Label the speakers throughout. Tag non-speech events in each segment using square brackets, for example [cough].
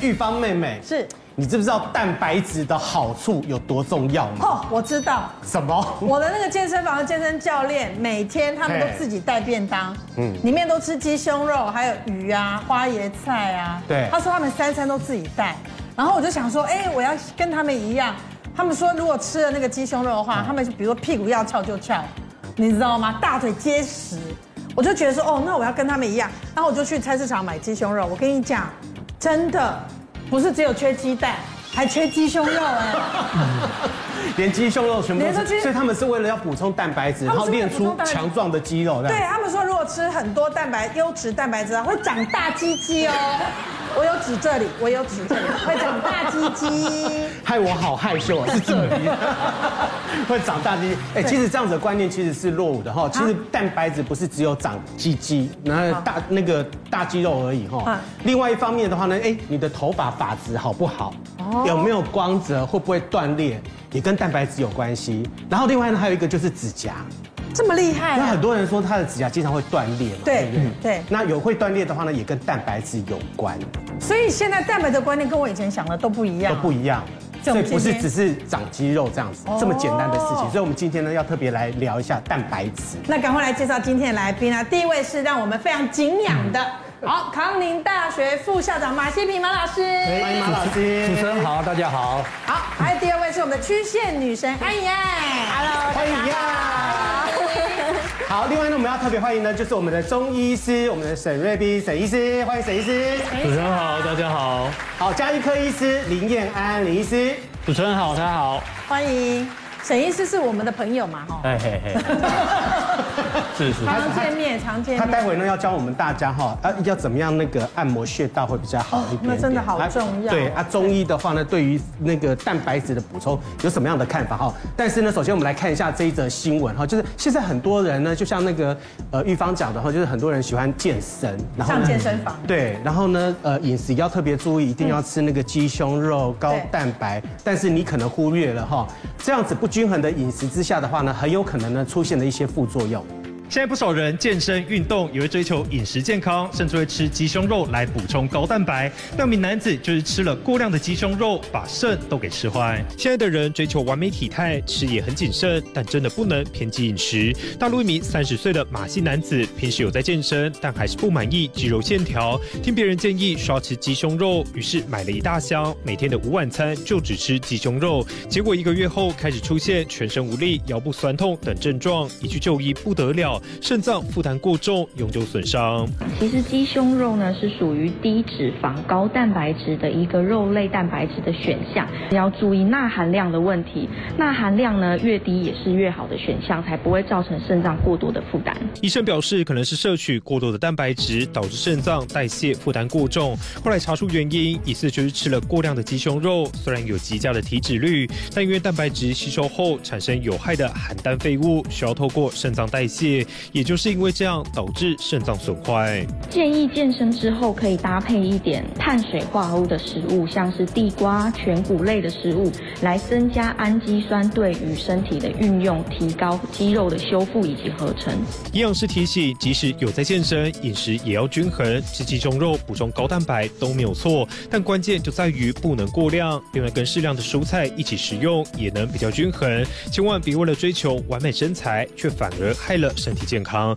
Speaker 1: 玉芳妹妹，
Speaker 2: 是
Speaker 1: 你知不知道蛋白质的好处有多重要吗？
Speaker 2: 哦，我知道，
Speaker 1: 什么？
Speaker 2: 我的那个健身房的健身教练，每天他们都
Speaker 1: 嘿
Speaker 2: 自己带便当，嗯，里面都吃鸡胸肉，还有鱼啊、花椰菜啊。
Speaker 1: 对
Speaker 2: 他说他们三餐都自己带，然后我就想说，哎，我要跟他们一样。他们说如果吃了那个鸡胸肉的
Speaker 1: 嗯
Speaker 2: 话，他们就比如说屁股要翘就翘，你知道吗？大腿结实。我就觉得说，哦，那我要跟他们一样。然后我就去菜市场买鸡胸肉。我跟你讲，真的不是只有缺鸡蛋，还缺鸡胸肉哎、
Speaker 1: [laughs] 连鸡胸肉全部都
Speaker 2: 连这
Speaker 1: 是，
Speaker 2: 鸡
Speaker 1: 所以他们是为了要补充蛋白质，然
Speaker 2: 他们
Speaker 1: 后
Speaker 2: 是为了
Speaker 1: 练
Speaker 2: 补充
Speaker 1: 出
Speaker 2: 蛋白质
Speaker 1: 强壮的肌肉。这样
Speaker 2: 对他们说，如果吃很多蛋白优质蛋白质啊，会长大鸡鸡哦。我有指这里，我有指这里，会长大鸡鸡。
Speaker 1: [laughs] 害我好害羞啊，是这
Speaker 2: [laughs]
Speaker 1: 里会长大鸡鸡。哎，其实这样子的观念其实是落伍
Speaker 2: 啊
Speaker 1: 的哈。其实蛋白质不是只有长鸡鸡，然后大那个大肌肉而已哈
Speaker 2: 啊。
Speaker 1: 另外一方面的话呢，哎，你的头发发质好不好？
Speaker 2: 哦
Speaker 1: 有没有光泽？会不会断裂？也跟蛋白质有关系。然后另外呢，还有一个就是指甲。
Speaker 2: [laughs] 这么厉害、
Speaker 1: 那很
Speaker 2: 啊，
Speaker 1: 多人说他的指甲经常会断裂嘛，
Speaker 2: 对
Speaker 1: 不
Speaker 2: 对
Speaker 1: 那有会断裂的话呢，也跟蛋白质有关，
Speaker 2: 所以现在蛋白的观念跟我以前想的都不一样
Speaker 1: 都
Speaker 2: 啊。
Speaker 1: 不一样。
Speaker 2: 这
Speaker 1: 所
Speaker 2: 我
Speaker 1: 以
Speaker 2: 们
Speaker 1: 不是
Speaker 2: 今天
Speaker 1: 只是长肌肉这样子
Speaker 2: 哦
Speaker 1: 这么简单的事情，所以我们今天呢要特别来聊一下蛋白质。
Speaker 2: 那赶快来介绍今天的来宾啊！第一位是让我们非常敬仰的，
Speaker 1: 嗯
Speaker 2: 好，康宁大学副校长马西平马老师。
Speaker 1: 欢迎马老
Speaker 3: 主持
Speaker 1: 师，
Speaker 3: 人好，大家好。
Speaker 2: 好，还有第二位是我们的曲线女神安怡安。Hello，
Speaker 1: 欢迎呀！好，另外呢，我们要特别欢迎呢，就是我们的中医师，我们的沈瑞斌沈医师，欢迎沈医师。
Speaker 3: 主持人好，大家好。
Speaker 1: 好，加医科医师林燕安林医师。
Speaker 3: 主持人好，大家好。
Speaker 2: 欢迎沈医师是我们的朋友嘛，
Speaker 1: [laughs]
Speaker 2: 哈，
Speaker 3: 哎嘿嘿，是是。
Speaker 2: 常见面，常见
Speaker 1: 嗯他
Speaker 2: 面。
Speaker 1: 待会呢要教我们大家哈，啊要怎么样那个按摩穴道会比较好一点点。
Speaker 2: 哦那真的好
Speaker 1: 啊
Speaker 2: 重要
Speaker 1: 对啊，中医的话呢，对于那个蛋白质的补充有什么样的看法哈？但是呢，首先我们来看一下这一则新闻哈，就是现在很多人呢，就像那个呃玉芳讲的哈，就是很多人喜欢健身，然呢
Speaker 2: 上健身房嗯
Speaker 1: 对，然后呢呃饮食要特别注意，一定要吃那个鸡胸肉高
Speaker 2: 对
Speaker 1: 蛋白，但是你可能忽略了哈，这样子不均衡的饮食之下的话呢，很有可能呢出现了一些副作用。
Speaker 4: 现在不少人健身运动，也会追求饮食健康，甚至会吃鸡胸肉来补充高蛋白。那名男子就是吃了过量的鸡胸肉，把肾都给吃坏。现在的人追求完美体态，吃也很谨慎，但真的不能偏激饮食。大陆一名三十岁的马姓男子，平时有在健身，但还是不满意肌肉线条。听别人建议说要吃鸡胸肉，于是买了一大箱，每天的午晚餐就只吃鸡胸肉。结果一个月后开始出现全身无力、腰部酸痛等症状，一去就医不得了，肾脏负担过重，永久损伤。
Speaker 5: 其实鸡胸肉呢是属于低脂肪、高蛋白质的一个肉类蛋白质的选项，要注意钠含量的问题。钠含量呢越低也是越好的选项，才不会造成肾脏过多的负担。
Speaker 4: 医生表示，可能是摄取过多的蛋白质导致肾脏代谢负担过重。后来查出原因，疑似就是吃了过量的鸡胸肉。虽然有极佳的体脂率，但因为蛋白质吸收后产生有害的含氮废物，需要透过肾脏代谢，也就是因为这样导致肾脏损坏。
Speaker 5: 建议健身之后可以搭配一点碳水化合物的食物，像是地瓜、全谷类的食物，来增加氨基酸对于身体的运用，提高肌肉的修复以及合成。
Speaker 4: 营养师提醒，即使有在健身，饮食也要均衡，吃鸡胸肉补充高蛋白都没有错，但关键就在于不能过量。另外，跟适量的蔬菜一起食用，也能比较均衡。千万别为了追求完美身材，却反而害了身体健康。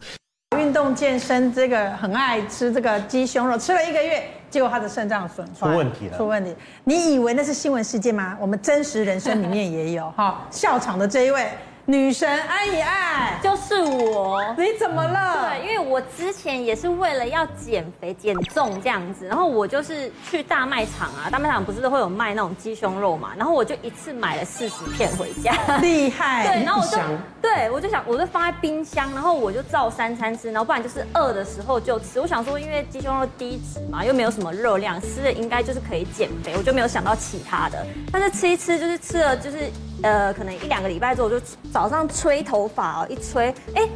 Speaker 2: 运动健身这个很爱吃这个鸡胸肉，吃了一个月，结果他的肾脏损坏，
Speaker 1: 出问题了
Speaker 2: 出问题。你以为那是新闻事件吗？我们真实人生里面也有哈。笑场的这一位女神安以爱，
Speaker 6: 就是我。
Speaker 2: 你怎么了？
Speaker 6: 对，因为我之前也是为了要减肥减重这样子，然后我就是去大卖场啊，大卖场不是都会有卖那种鸡胸肉嘛，然后我就一次买了四十片回家。
Speaker 2: 厉
Speaker 6: 对，
Speaker 2: 害，
Speaker 6: 然后我
Speaker 1: 一
Speaker 6: 就
Speaker 1: 箱
Speaker 6: 对我就想，我就放在冰箱，然后我就照三餐吃，然后不然就是饿的时候就吃。我想说，因为鸡胸肉低脂嘛，又没有什么热量，吃了应该就是可以减肥，我就没有想到其他的。但是吃一吃，就是吃了就是呃，可能一两个礼拜之后，我就早上吹头发哦，一吹，哎。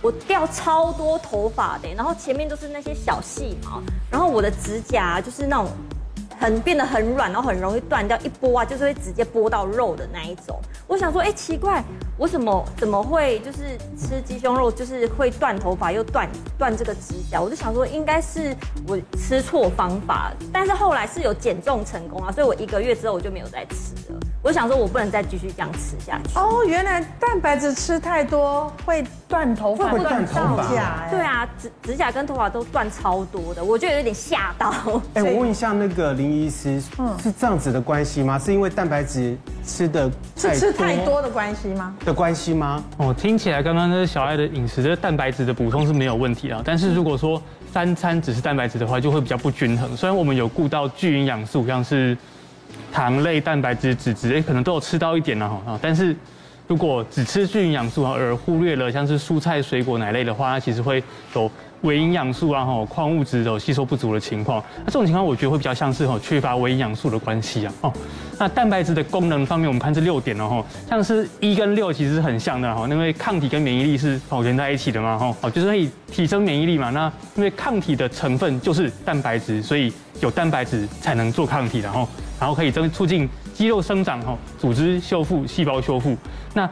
Speaker 6: 我掉超多欸头发的，然后前面都是那些小细毛，然后我的指甲就是那种很变得很软，然后很容易断掉，一剥啊就是会直接剥到肉的那一种。我想说，哎、奇怪，我怎么怎么会就是吃鸡胸肉就是会断头发又断断这个指甲？我就想说应该是我吃错方法，但是后来是有减重成功啊，所以我一个月之后我就没有再吃了。我想说，我不能再继续这样吃下去。
Speaker 2: 哦，原来蛋白质吃太多会断头发、
Speaker 1: 会断头发
Speaker 2: 指甲
Speaker 6: 对，啊，指指甲跟头发都断超多的，我就有点吓到。
Speaker 1: 哎、我问一下那个林医师，
Speaker 2: 嗯
Speaker 1: 是这样子的关系吗？是因为蛋白质吃的
Speaker 2: 哎是吃太多的关系吗？
Speaker 1: 的关系吗？
Speaker 3: 哦，听起来刚刚那小爱的饮食，这蛋白质的补充是没有问题啊。但是如果说三餐只是蛋白质的话，就会比较不均衡。虽然我们有顾到聚营养素，像是糖类、蛋白质、脂质，哎，可能都有吃到一点了哈。啊但是如果只吃聚营养素啊而忽略了像是蔬菜、水果、奶类的话，它其实会有微营养素啊、哈矿物质有吸收不足的情况。那这种情况，我觉得会比较像是哦缺乏微营养素的关系啊。哦，那蛋白质的功能方面，我们看这六点哦，吼像是一跟六其实是很像的哈，因为抗体跟免疫力是哦连在一起的嘛哈，哦就是可以提升免疫力嘛。那因为抗体的成分就是蛋白质，所以有蛋白质才能做抗体，然哦后然后可以增促进肌肉生长哈，组织修复、细胞修复。那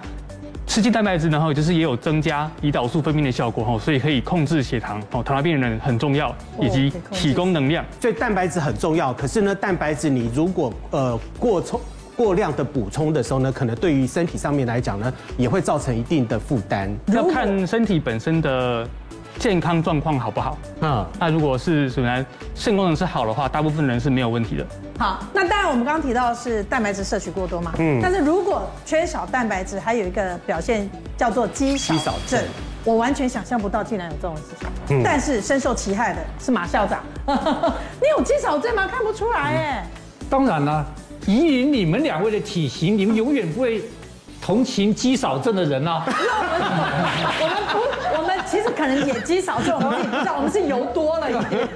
Speaker 3: 吃进蛋白质呢，哈，就是也有增加胰岛素分泌的效果哦哈，所以可以控制血糖哦，糖尿病人很重要，以及
Speaker 2: 可以控制
Speaker 3: 提供能量。哦
Speaker 1: 所以蛋白质很重要。可是呢，蛋白质你如果呃过充过量的补充的时候呢，可能对于身体上面来讲呢，也会造成一定的负担。
Speaker 3: 要看身体本身的健康状况好不好。
Speaker 1: 嗯，
Speaker 3: 那如果是属于肾功能是好的话，大部分人是没有问题的。
Speaker 2: 好，那当然我们刚刚提到的是蛋白质摄取过多嘛，嗯，但是如果缺少蛋白质，还有一个表现叫做肌少
Speaker 1: 肌少
Speaker 2: 症
Speaker 1: 症。
Speaker 2: 我完全想象不到竟然有这种事情，
Speaker 7: 嗯
Speaker 2: 但是深受其害的是马校长。 [laughs] 你有肌少症吗？看不出来
Speaker 7: [laughs]
Speaker 2: 哎。
Speaker 7: 当然啦、以你你们两位的体型，你们永远不会同情肌少症的人啊啦、 [laughs]
Speaker 2: 我们不，我们其实可能也肌少症，我们也不知道，我们是油多了一
Speaker 7: [laughs]
Speaker 2: 点，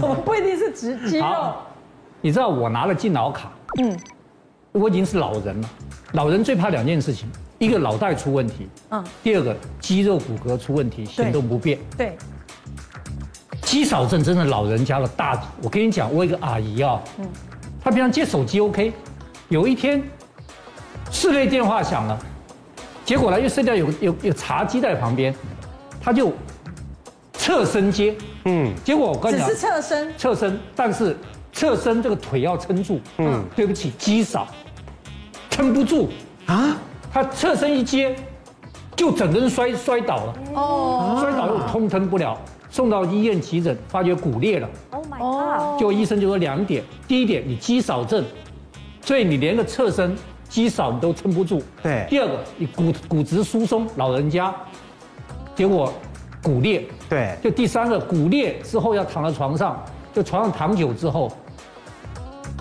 Speaker 2: 我们不一定是脂肌肉。
Speaker 7: 好，你知道我拿了敬老卡，
Speaker 2: 嗯
Speaker 7: 嗯，我已经是老人了，老人最怕两件事情，一个脑袋出问题，
Speaker 2: 嗯
Speaker 7: 嗯，第二个肌肉骨骼出问题，行动不便。
Speaker 2: 对，
Speaker 7: 肌少症真的老人家的大，我跟你讲，我有一个阿姨啊、她平常接手机 OK，有一天室内电话响了，结果呢，因为睡觉有有有茶几在旁边，她就侧身接，嗯，结果我跟你
Speaker 2: 只
Speaker 7: 讲
Speaker 2: 是，侧身，
Speaker 7: 侧身，但是侧身这个腿要撑住，嗯，对不起，肌少，撑不住啊，她侧身一接，就整个人摔摔倒了，
Speaker 2: 哦
Speaker 7: 摔倒又通撑不了，送到医院急诊，发觉骨裂了。
Speaker 6: Oh my god！ [laughs]
Speaker 2: 哦，
Speaker 7: 就医生就说两点，第一点你肌少症，所以你连个侧身肌少你都撑不住。
Speaker 1: 对
Speaker 7: 第二个你骨骨质疏松，老人家，结果骨裂。
Speaker 1: 对
Speaker 7: 就第三个骨裂之后要躺在床上，就床上躺久之后，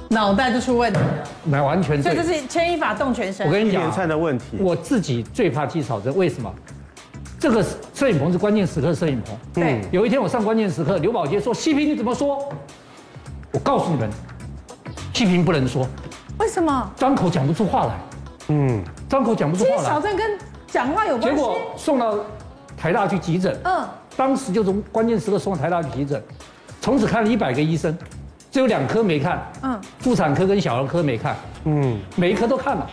Speaker 2: 脑袋就出问题了，
Speaker 7: 那完全
Speaker 2: 所
Speaker 7: 对
Speaker 2: 以这。是牵一发动全身。
Speaker 7: 我跟
Speaker 1: 一
Speaker 7: 你讲
Speaker 1: 连
Speaker 7: 啊，
Speaker 1: 串的问题。
Speaker 7: 我自己最怕肌少症，为什么？这个摄影棚是关键时刻摄影棚。
Speaker 2: 对，
Speaker 7: 有一天我上关键时刻，刘宝杰说：“西平你怎么说？”我告诉你们，西平不能说。
Speaker 2: 为什么
Speaker 7: 张口讲不出话来，
Speaker 1: 嗯，
Speaker 7: 张口讲不出
Speaker 2: 肌
Speaker 7: 话
Speaker 2: 少
Speaker 7: 来，
Speaker 2: 症跟讲话有
Speaker 7: 结
Speaker 2: 关系？
Speaker 7: 果送到台大去急诊，
Speaker 2: 嗯，
Speaker 7: 当时就从关键时刻送到台大去急诊，从此看了一百个医生，只有两科没看，
Speaker 2: 嗯
Speaker 7: 嗯，妇产科跟小儿科没看，嗯，每一科都看了，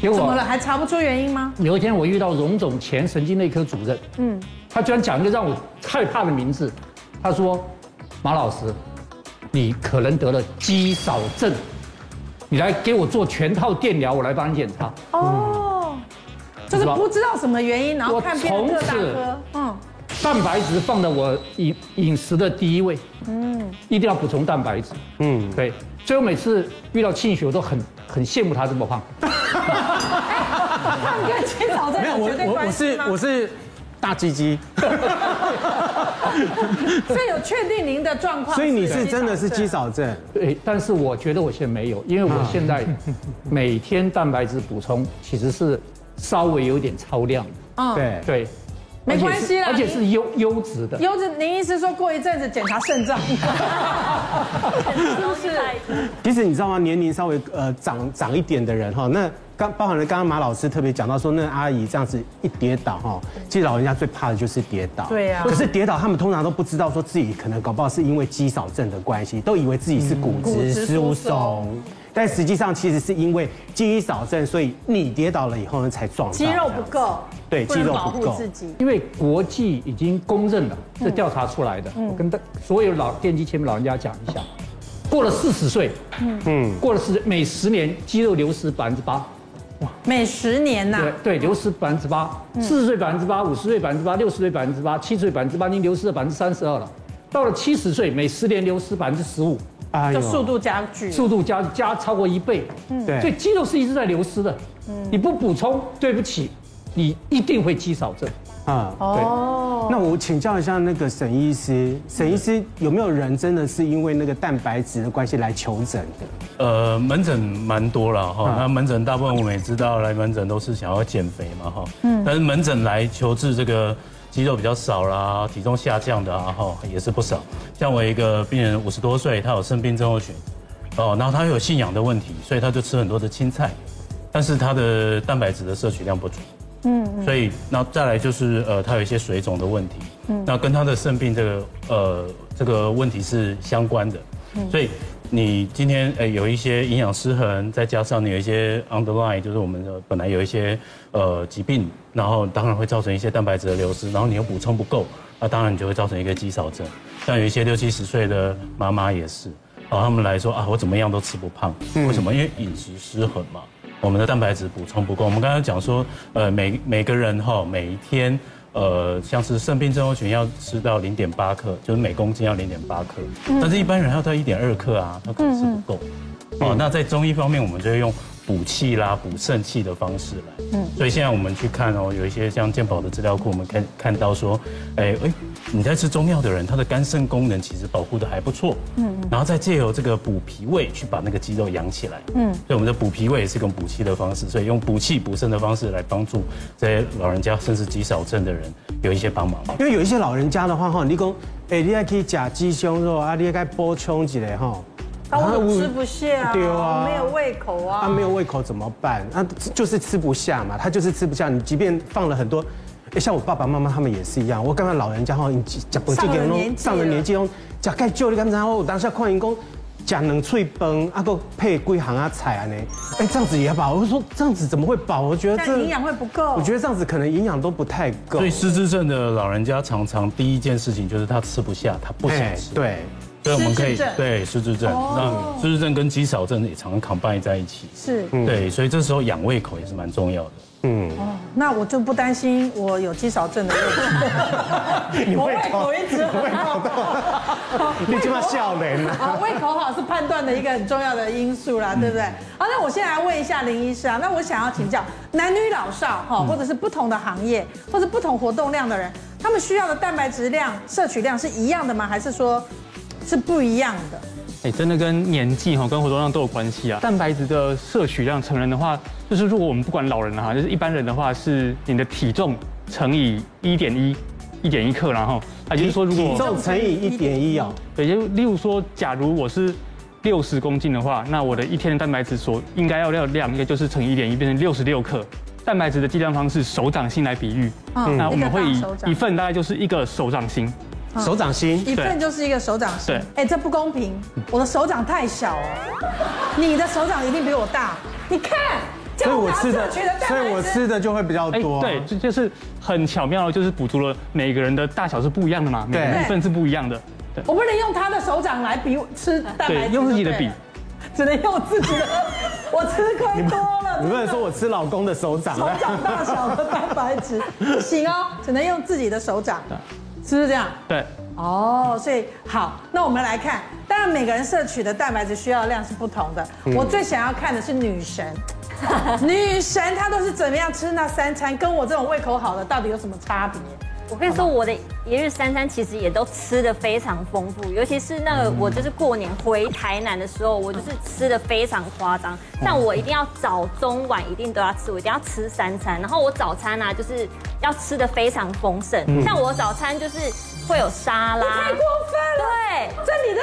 Speaker 7: 结
Speaker 2: 怎么
Speaker 7: 果
Speaker 2: 了？还查不出原因吗？
Speaker 7: 有一天我遇到荣总前神经内科主任，
Speaker 2: 嗯，
Speaker 7: 他居然讲一个让我害怕的名字，他说：“马老师，你可能得了肌少症，你来给我做全套电疗，我来帮你检查。”
Speaker 1: 嗯
Speaker 2: 哦，就是不知道什么原因，然后
Speaker 7: 我
Speaker 2: 看遍了各大
Speaker 7: 从此
Speaker 2: 科，
Speaker 1: 啊
Speaker 2: 嗯，
Speaker 7: 蛋白质放在我饮饮食的第一位，嗯，一定要补充蛋白质，嗯，对，所以我每次遇到庆许，我都很很羡慕他这么胖，
Speaker 2: 他们跟肌少症
Speaker 1: 没有，
Speaker 2: 有
Speaker 1: 我
Speaker 2: 绝对
Speaker 1: 我我
Speaker 2: 关系
Speaker 1: 是
Speaker 2: 吗？
Speaker 1: 我是大鸡
Speaker 2: [laughs]
Speaker 1: 鸡，
Speaker 2: 所以有确定您的状
Speaker 1: [laughs]
Speaker 2: 况，
Speaker 1: 所以你是真的是肌少症。
Speaker 7: 对，但是我觉得我现在没有，因为我现在每天蛋白质补充其实是稍微有点超量，
Speaker 2: 嗯，
Speaker 1: 对，
Speaker 7: 对，
Speaker 2: 没关系啦
Speaker 7: 而且是而且是优优质的。
Speaker 2: 优子，您意思说过一阵子检查肾脏？
Speaker 6: 都是
Speaker 1: 其实你知道吗？年龄稍微呃长长一点的人哈，那刚包含了刚刚马老师特别讲到说，那阿姨这样子一跌倒哈，其实老人家最怕的就是跌倒。
Speaker 2: 对啊
Speaker 1: 可是跌倒，他们通常都不知道说自己可能搞不好是因为肌少症的关系，都以为自己是骨
Speaker 2: 嗯骨
Speaker 1: 质
Speaker 2: 质
Speaker 1: 疏
Speaker 2: 疏松
Speaker 1: 松。但实际上，其实是因为肌少症，所以你跌倒了以后呢，才撞到
Speaker 2: 肌肉不够，
Speaker 1: 对
Speaker 2: 不能
Speaker 1: 肌肉
Speaker 2: 保
Speaker 1: 不
Speaker 2: 护
Speaker 1: 够
Speaker 2: 自己。
Speaker 7: 因为国际已经公认了，
Speaker 2: 嗯
Speaker 7: 这调查出来的。我跟大所有老电机前面老人家讲一下，过了四十岁，嗯，过了四每十年肌肉流失百分之八，
Speaker 2: 每十年呐、
Speaker 7: 对对，流失百分之八，四十岁百分之八，五十岁百分之八，六十岁百分之八，七十岁百分之八，已经流失了百分之三十二了。到了七十岁，每十年流失百分之十五，
Speaker 1: 哎
Speaker 2: 就
Speaker 1: 呦
Speaker 2: 速度加剧。
Speaker 7: 速度加加超过一倍，
Speaker 1: 对
Speaker 7: 所以肌肉是一直在流失的。你不补充，对不起，你一定会肌少症。
Speaker 1: 啊。
Speaker 2: 哦，
Speaker 1: 那我请教一下那个沈医师，沈医师有没有人真的是因为那个蛋白质的关系来求诊的？
Speaker 8: 呃，门诊蛮多了哈，那门诊大部分我们也知道，来门诊都是想要减肥嘛哈，嗯，但是门诊来求治这个肌肉比较少啦，体重下降的啊哈也是不少。像我一个病人五十多岁，他有生病症候群，哦，然后他有信仰的问题，所以他就吃很多的青菜，但是他的蛋白质的摄取量不足，嗯，所以那再来就是呃，他有一些水肿的问题，嗯，那跟他的肾病这个呃这个问题是相关的，所以你今天呃有一些营养失衡，再加上你有一些 underline，就是我们的本来有一些呃疾病，然后当然会造成一些蛋白质的流失，然后你又补充不够，那当然你就会造成一个肌少症，像有一些六七十岁的妈妈也是。然后他们来说啊，我怎么样都吃不胖，为什么？因为饮食失衡嘛，我们的蛋白质补充不够。我们刚刚讲说，呃，每每个人哈、每一天，呃，像是肾病症候群要吃到零点八克，就是每公斤要零点八克，但是一般人要到一点二克啊，他可能吃不够。哦，那在中医方面，我们就会用补气啦、补肾气的方式来。嗯，所以现在我们去看哦，有一些像健保的资料库，我们看看到说，哎哎，你在吃中药的人，他的肝肾功能其实保护的还不错。嗯，然后再借由这个补脾胃去把那个肌肉养起来。嗯，所以我们的补脾胃也是一种补气的方式，所以用补气补肾的方式来帮助这些老人家甚至肌少症的人有一些帮忙。
Speaker 1: 因为有一些老人家的话哈，你讲，哎、你还可以假鸡胸肉啊，你还该补充几嘞哈。
Speaker 2: 那我吃不下、啊，
Speaker 1: 对啊，
Speaker 2: 没有胃口
Speaker 1: 他
Speaker 2: 啊。
Speaker 1: 没有胃口怎么办？啊，就是吃不下嘛，他就是吃不下。你即便放了很多，哎，像我爸爸妈妈他们也是一样。我刚刚老人家哈，你讲不
Speaker 2: 上了年纪
Speaker 1: 上了
Speaker 2: 了
Speaker 1: 年纪哦，吃盖旧的，然后我当下看人讲。假冷脆崩，啊，够配几行啊菜啊呢？哎，这样子也饱。我说这样子怎么会饱？我觉得
Speaker 2: 但
Speaker 1: 这
Speaker 2: 营养会不够
Speaker 1: 我觉得这样子可能营养都不太够。
Speaker 8: 所以失智症的老人家常常第一件事情就是他吃不下，他不想
Speaker 1: 哎
Speaker 8: 吃。
Speaker 1: 对，
Speaker 2: [laughs]
Speaker 8: 所以我们可
Speaker 2: 失智
Speaker 8: 以
Speaker 2: 症哦
Speaker 8: 对失智症，那失智症跟肌少症也常常 combine 在一起。
Speaker 2: 是，
Speaker 8: 对，所以这时候养胃口也是蛮重要的。
Speaker 2: 那我就不担心我有肌少症的
Speaker 1: [laughs]
Speaker 2: 问题。我胃口一直很好，
Speaker 1: 你这么笑人啊！
Speaker 2: 好，胃口好是判断的一个很重要的因素
Speaker 1: 嗯
Speaker 2: 啦，对不对？好，那我先来问一下林医师啊，那我想要请教男女老少哈，
Speaker 1: 嗯
Speaker 2: 或者是不同的行业，或者不同活动量的人，他们需要的蛋白质量摄取量是一样的吗？还是说是不一样的？
Speaker 3: 哎，真的跟年纪哈、跟活动量都有关系啊。蛋白质的摄取量，成人的话，就是如果我们不管老人了哈、就是一般人的话，是你的体重乘以一点一，一点一克，然后，啊，也就是说，如
Speaker 1: 体
Speaker 3: 果
Speaker 1: 重乘以一点一哦，
Speaker 3: 对，就例如说，假如我是六十公斤的话，那我的一天的蛋白质所应该要要量，应该就是乘以一点一，变成六十六克。蛋白质的计量方式，手掌心来比喻，
Speaker 2: 嗯
Speaker 3: 那我们会
Speaker 2: 一个
Speaker 3: 以
Speaker 2: 大手掌
Speaker 3: 一份大概就是一个手掌心。
Speaker 1: 手掌心
Speaker 2: 一份就是一个手掌心
Speaker 3: 对，
Speaker 2: 哎，这不公平，我的手掌太小哦，你的手掌一定比我大，你看，这
Speaker 1: 所以
Speaker 2: 样
Speaker 1: 我
Speaker 2: 达
Speaker 1: 吃的，
Speaker 2: 摄取蛋白质
Speaker 1: 所以我吃的就会比较多。
Speaker 3: 哎
Speaker 1: 啊
Speaker 3: 对，这就是很巧妙的，就是补足了每个人的大小是不一样的嘛，每个人
Speaker 2: 对
Speaker 3: 一份是不一样的。对，
Speaker 2: 我不能用他的手掌来比吃蛋白
Speaker 3: 对
Speaker 2: 质，
Speaker 3: 用自己
Speaker 2: 就
Speaker 3: 的
Speaker 2: 对
Speaker 3: 比
Speaker 2: 了，只能用自
Speaker 1: [laughs]
Speaker 2: 己的。我吃亏多了，
Speaker 1: 你不能说我吃老公的手掌
Speaker 2: 手
Speaker 1: 啊。
Speaker 2: 掌大小的
Speaker 1: [laughs]
Speaker 2: 蛋白质，不行哦，只能用自己的手掌，是不是这样？
Speaker 3: 对，
Speaker 2: 哦，所以好，那我们来看，当然每个人摄取的蛋白质需要量是不同的。我最想要看的是女神， [laughs] 女神她都是怎么样吃那三餐，跟我这种胃口好的到底有什么差别？
Speaker 6: 我跟你说，我的一日三餐其实也都吃的非常丰富，尤其是那个
Speaker 1: 嗯
Speaker 6: 我就是过年回台南的时候，我就是吃的非常夸张。
Speaker 1: 嗯
Speaker 6: 但我一定要早中晚一定都要吃，我一定要吃三餐。然后我早餐啊，就是要吃的非常丰盛。
Speaker 1: 嗯
Speaker 6: 像我早餐就是会有沙拉，太过分了。对，这 [laughs] 你的，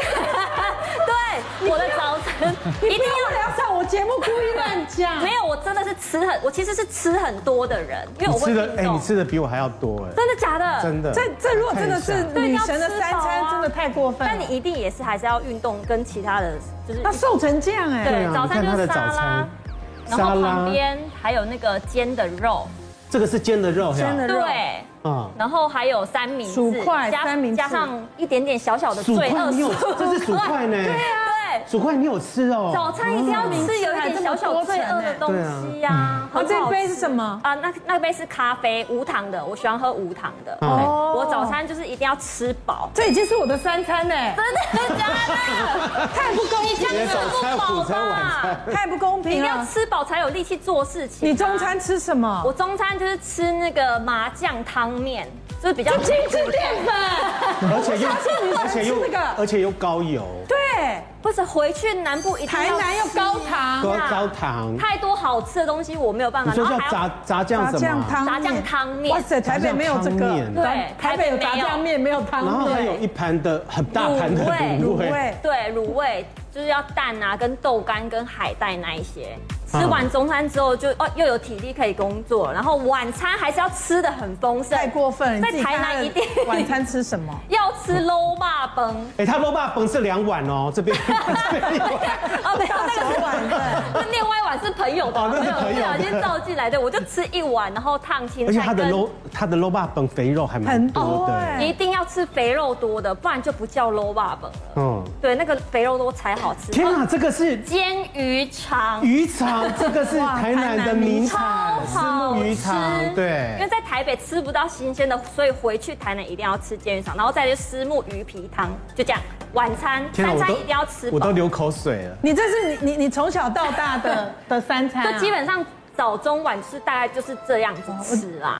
Speaker 6: 对，我的早餐一定要
Speaker 2: 为了要上我节目故意乱讲，
Speaker 6: 没有，我真的是吃很，我其实是吃很多的人，因为我
Speaker 1: 你
Speaker 6: 会
Speaker 1: 吃
Speaker 6: 运
Speaker 1: 的
Speaker 6: 动。
Speaker 1: 哎、你吃的比我还要多哎，
Speaker 6: 真的假的？
Speaker 1: 真的。
Speaker 2: 这这如果真的是
Speaker 6: 对
Speaker 2: 女神的三
Speaker 6: 要吃饱
Speaker 2: 餐，
Speaker 6: 啊
Speaker 2: 真的太过分了。
Speaker 6: 但你一定也是还是要运动，跟其他的就是
Speaker 2: 那瘦成这样哎，
Speaker 1: 对
Speaker 6: 对
Speaker 1: 啊
Speaker 6: 早餐
Speaker 1: 你看他
Speaker 6: 就
Speaker 1: 的
Speaker 6: 是
Speaker 1: 早
Speaker 6: 沙拉
Speaker 1: 餐，
Speaker 6: 然
Speaker 1: 沙
Speaker 6: 后
Speaker 1: 拉
Speaker 6: 旁边还有那个煎的肉，
Speaker 1: 这个是煎的肉，
Speaker 2: 真的肉
Speaker 6: 对，
Speaker 1: 啊，
Speaker 6: 然后还有三明
Speaker 2: 薯
Speaker 6: 治，
Speaker 2: 块
Speaker 6: 加
Speaker 2: 三明治
Speaker 6: 加上一点点小小的
Speaker 1: 薯
Speaker 6: 罪
Speaker 1: 块
Speaker 6: 恶
Speaker 1: 你有，这是薯块呢，
Speaker 6: [laughs] 对啊，对，
Speaker 1: 薯块你有吃哦，
Speaker 6: 早餐一定要吃有一点小小罪恶的东西呀。
Speaker 2: 好，
Speaker 6: 很
Speaker 2: 这
Speaker 6: 好
Speaker 2: 杯是
Speaker 6: 吃
Speaker 2: 什么？
Speaker 6: 啊，那那杯是咖啡，无糖的，我喜欢喝无糖的。
Speaker 1: 哦，
Speaker 6: 我早餐就是一定要吃饱，
Speaker 2: 这已经是我的三餐哎，
Speaker 6: 真的假的？ [laughs] 太不公平了！你这样吃不饱吧？
Speaker 2: 太不公
Speaker 6: 你一
Speaker 2: 平
Speaker 6: 定要
Speaker 2: 了。
Speaker 6: 吃饱才有力气做事
Speaker 2: 啊
Speaker 6: 情、啊
Speaker 2: 你中，餐吃什么？
Speaker 6: 我中餐就是吃那个麻酱汤面，就是比较精致淀粉。
Speaker 1: 而且又而且
Speaker 2: 吃那
Speaker 1: 又
Speaker 2: 个
Speaker 1: 而且又高油，
Speaker 2: 对，
Speaker 6: [laughs] 或者回去南部一定
Speaker 2: 台南又
Speaker 6: 要吃
Speaker 2: 高糖，
Speaker 1: 高高糖，
Speaker 6: 太多好吃的东西我没有办法，
Speaker 1: 你说叫
Speaker 6: 还要
Speaker 1: 炸炸酱
Speaker 2: 炸
Speaker 1: 什么
Speaker 2: 酱
Speaker 1: 啊？
Speaker 2: 汤面
Speaker 6: 炸酱汤面
Speaker 2: 哇塞，台北没有
Speaker 1: 炸
Speaker 2: 这
Speaker 1: 酱汤
Speaker 2: 个
Speaker 1: 面，
Speaker 6: 对
Speaker 2: 台北有炸酱面，没有汤
Speaker 1: 然后还
Speaker 2: 面，
Speaker 1: 有一盘的很大盘的卤
Speaker 6: 卤
Speaker 2: 味
Speaker 1: 味，
Speaker 6: 对卤味就是要蛋啊，跟豆干跟海带那一些。
Speaker 1: 嗯
Speaker 6: 吃完中餐之后就哦又有体力可以工作，然后晚餐还是要吃的很丰盛，
Speaker 2: 太过分了。你
Speaker 6: 在
Speaker 2: 自己
Speaker 6: 台
Speaker 2: 看
Speaker 6: 南一定
Speaker 2: 看晚餐吃什么？
Speaker 6: [laughs] 要吃捞霸崩。
Speaker 1: 哎，他肉霸崩是两碗哦，
Speaker 6: [laughs]
Speaker 1: 这边这边一碗
Speaker 6: 哦，没有，那个是碗的， [laughs] 那另外一碗是朋友的，
Speaker 1: 哦那是朋友的
Speaker 6: 不小心倒进来的，我就吃一碗，然后烫青
Speaker 1: 而且
Speaker 6: 菜，
Speaker 1: 他的肉他的肉霸崩肥肉还蛮
Speaker 2: 很
Speaker 1: 多
Speaker 2: 多
Speaker 1: 的，
Speaker 2: 哎
Speaker 6: 一定要吃肥肉多的，不然就不叫捞霸本了。
Speaker 1: 嗯，
Speaker 6: 对，那个肥肉多才好吃。
Speaker 1: 天
Speaker 6: 哦
Speaker 1: 哪，这个是
Speaker 6: 煎鱼肠。
Speaker 1: 鱼肠，这个是台南的名
Speaker 6: 超
Speaker 1: 产，石
Speaker 6: 好
Speaker 1: 目
Speaker 6: 吃
Speaker 1: 鱼肠，
Speaker 6: 因为
Speaker 1: 对。
Speaker 6: 在台北吃不到新鲜的，所以回去台南一定要吃煎鱼肠，然后再就虱目鱼皮汤，就这样。晚餐三餐一定要吃
Speaker 1: 我
Speaker 6: 饱
Speaker 1: 都，流口水了。
Speaker 2: [laughs] 你这是你你你从小到大的的三餐啊，
Speaker 6: 就基本上早中晚就是大概就是这样子吃啦。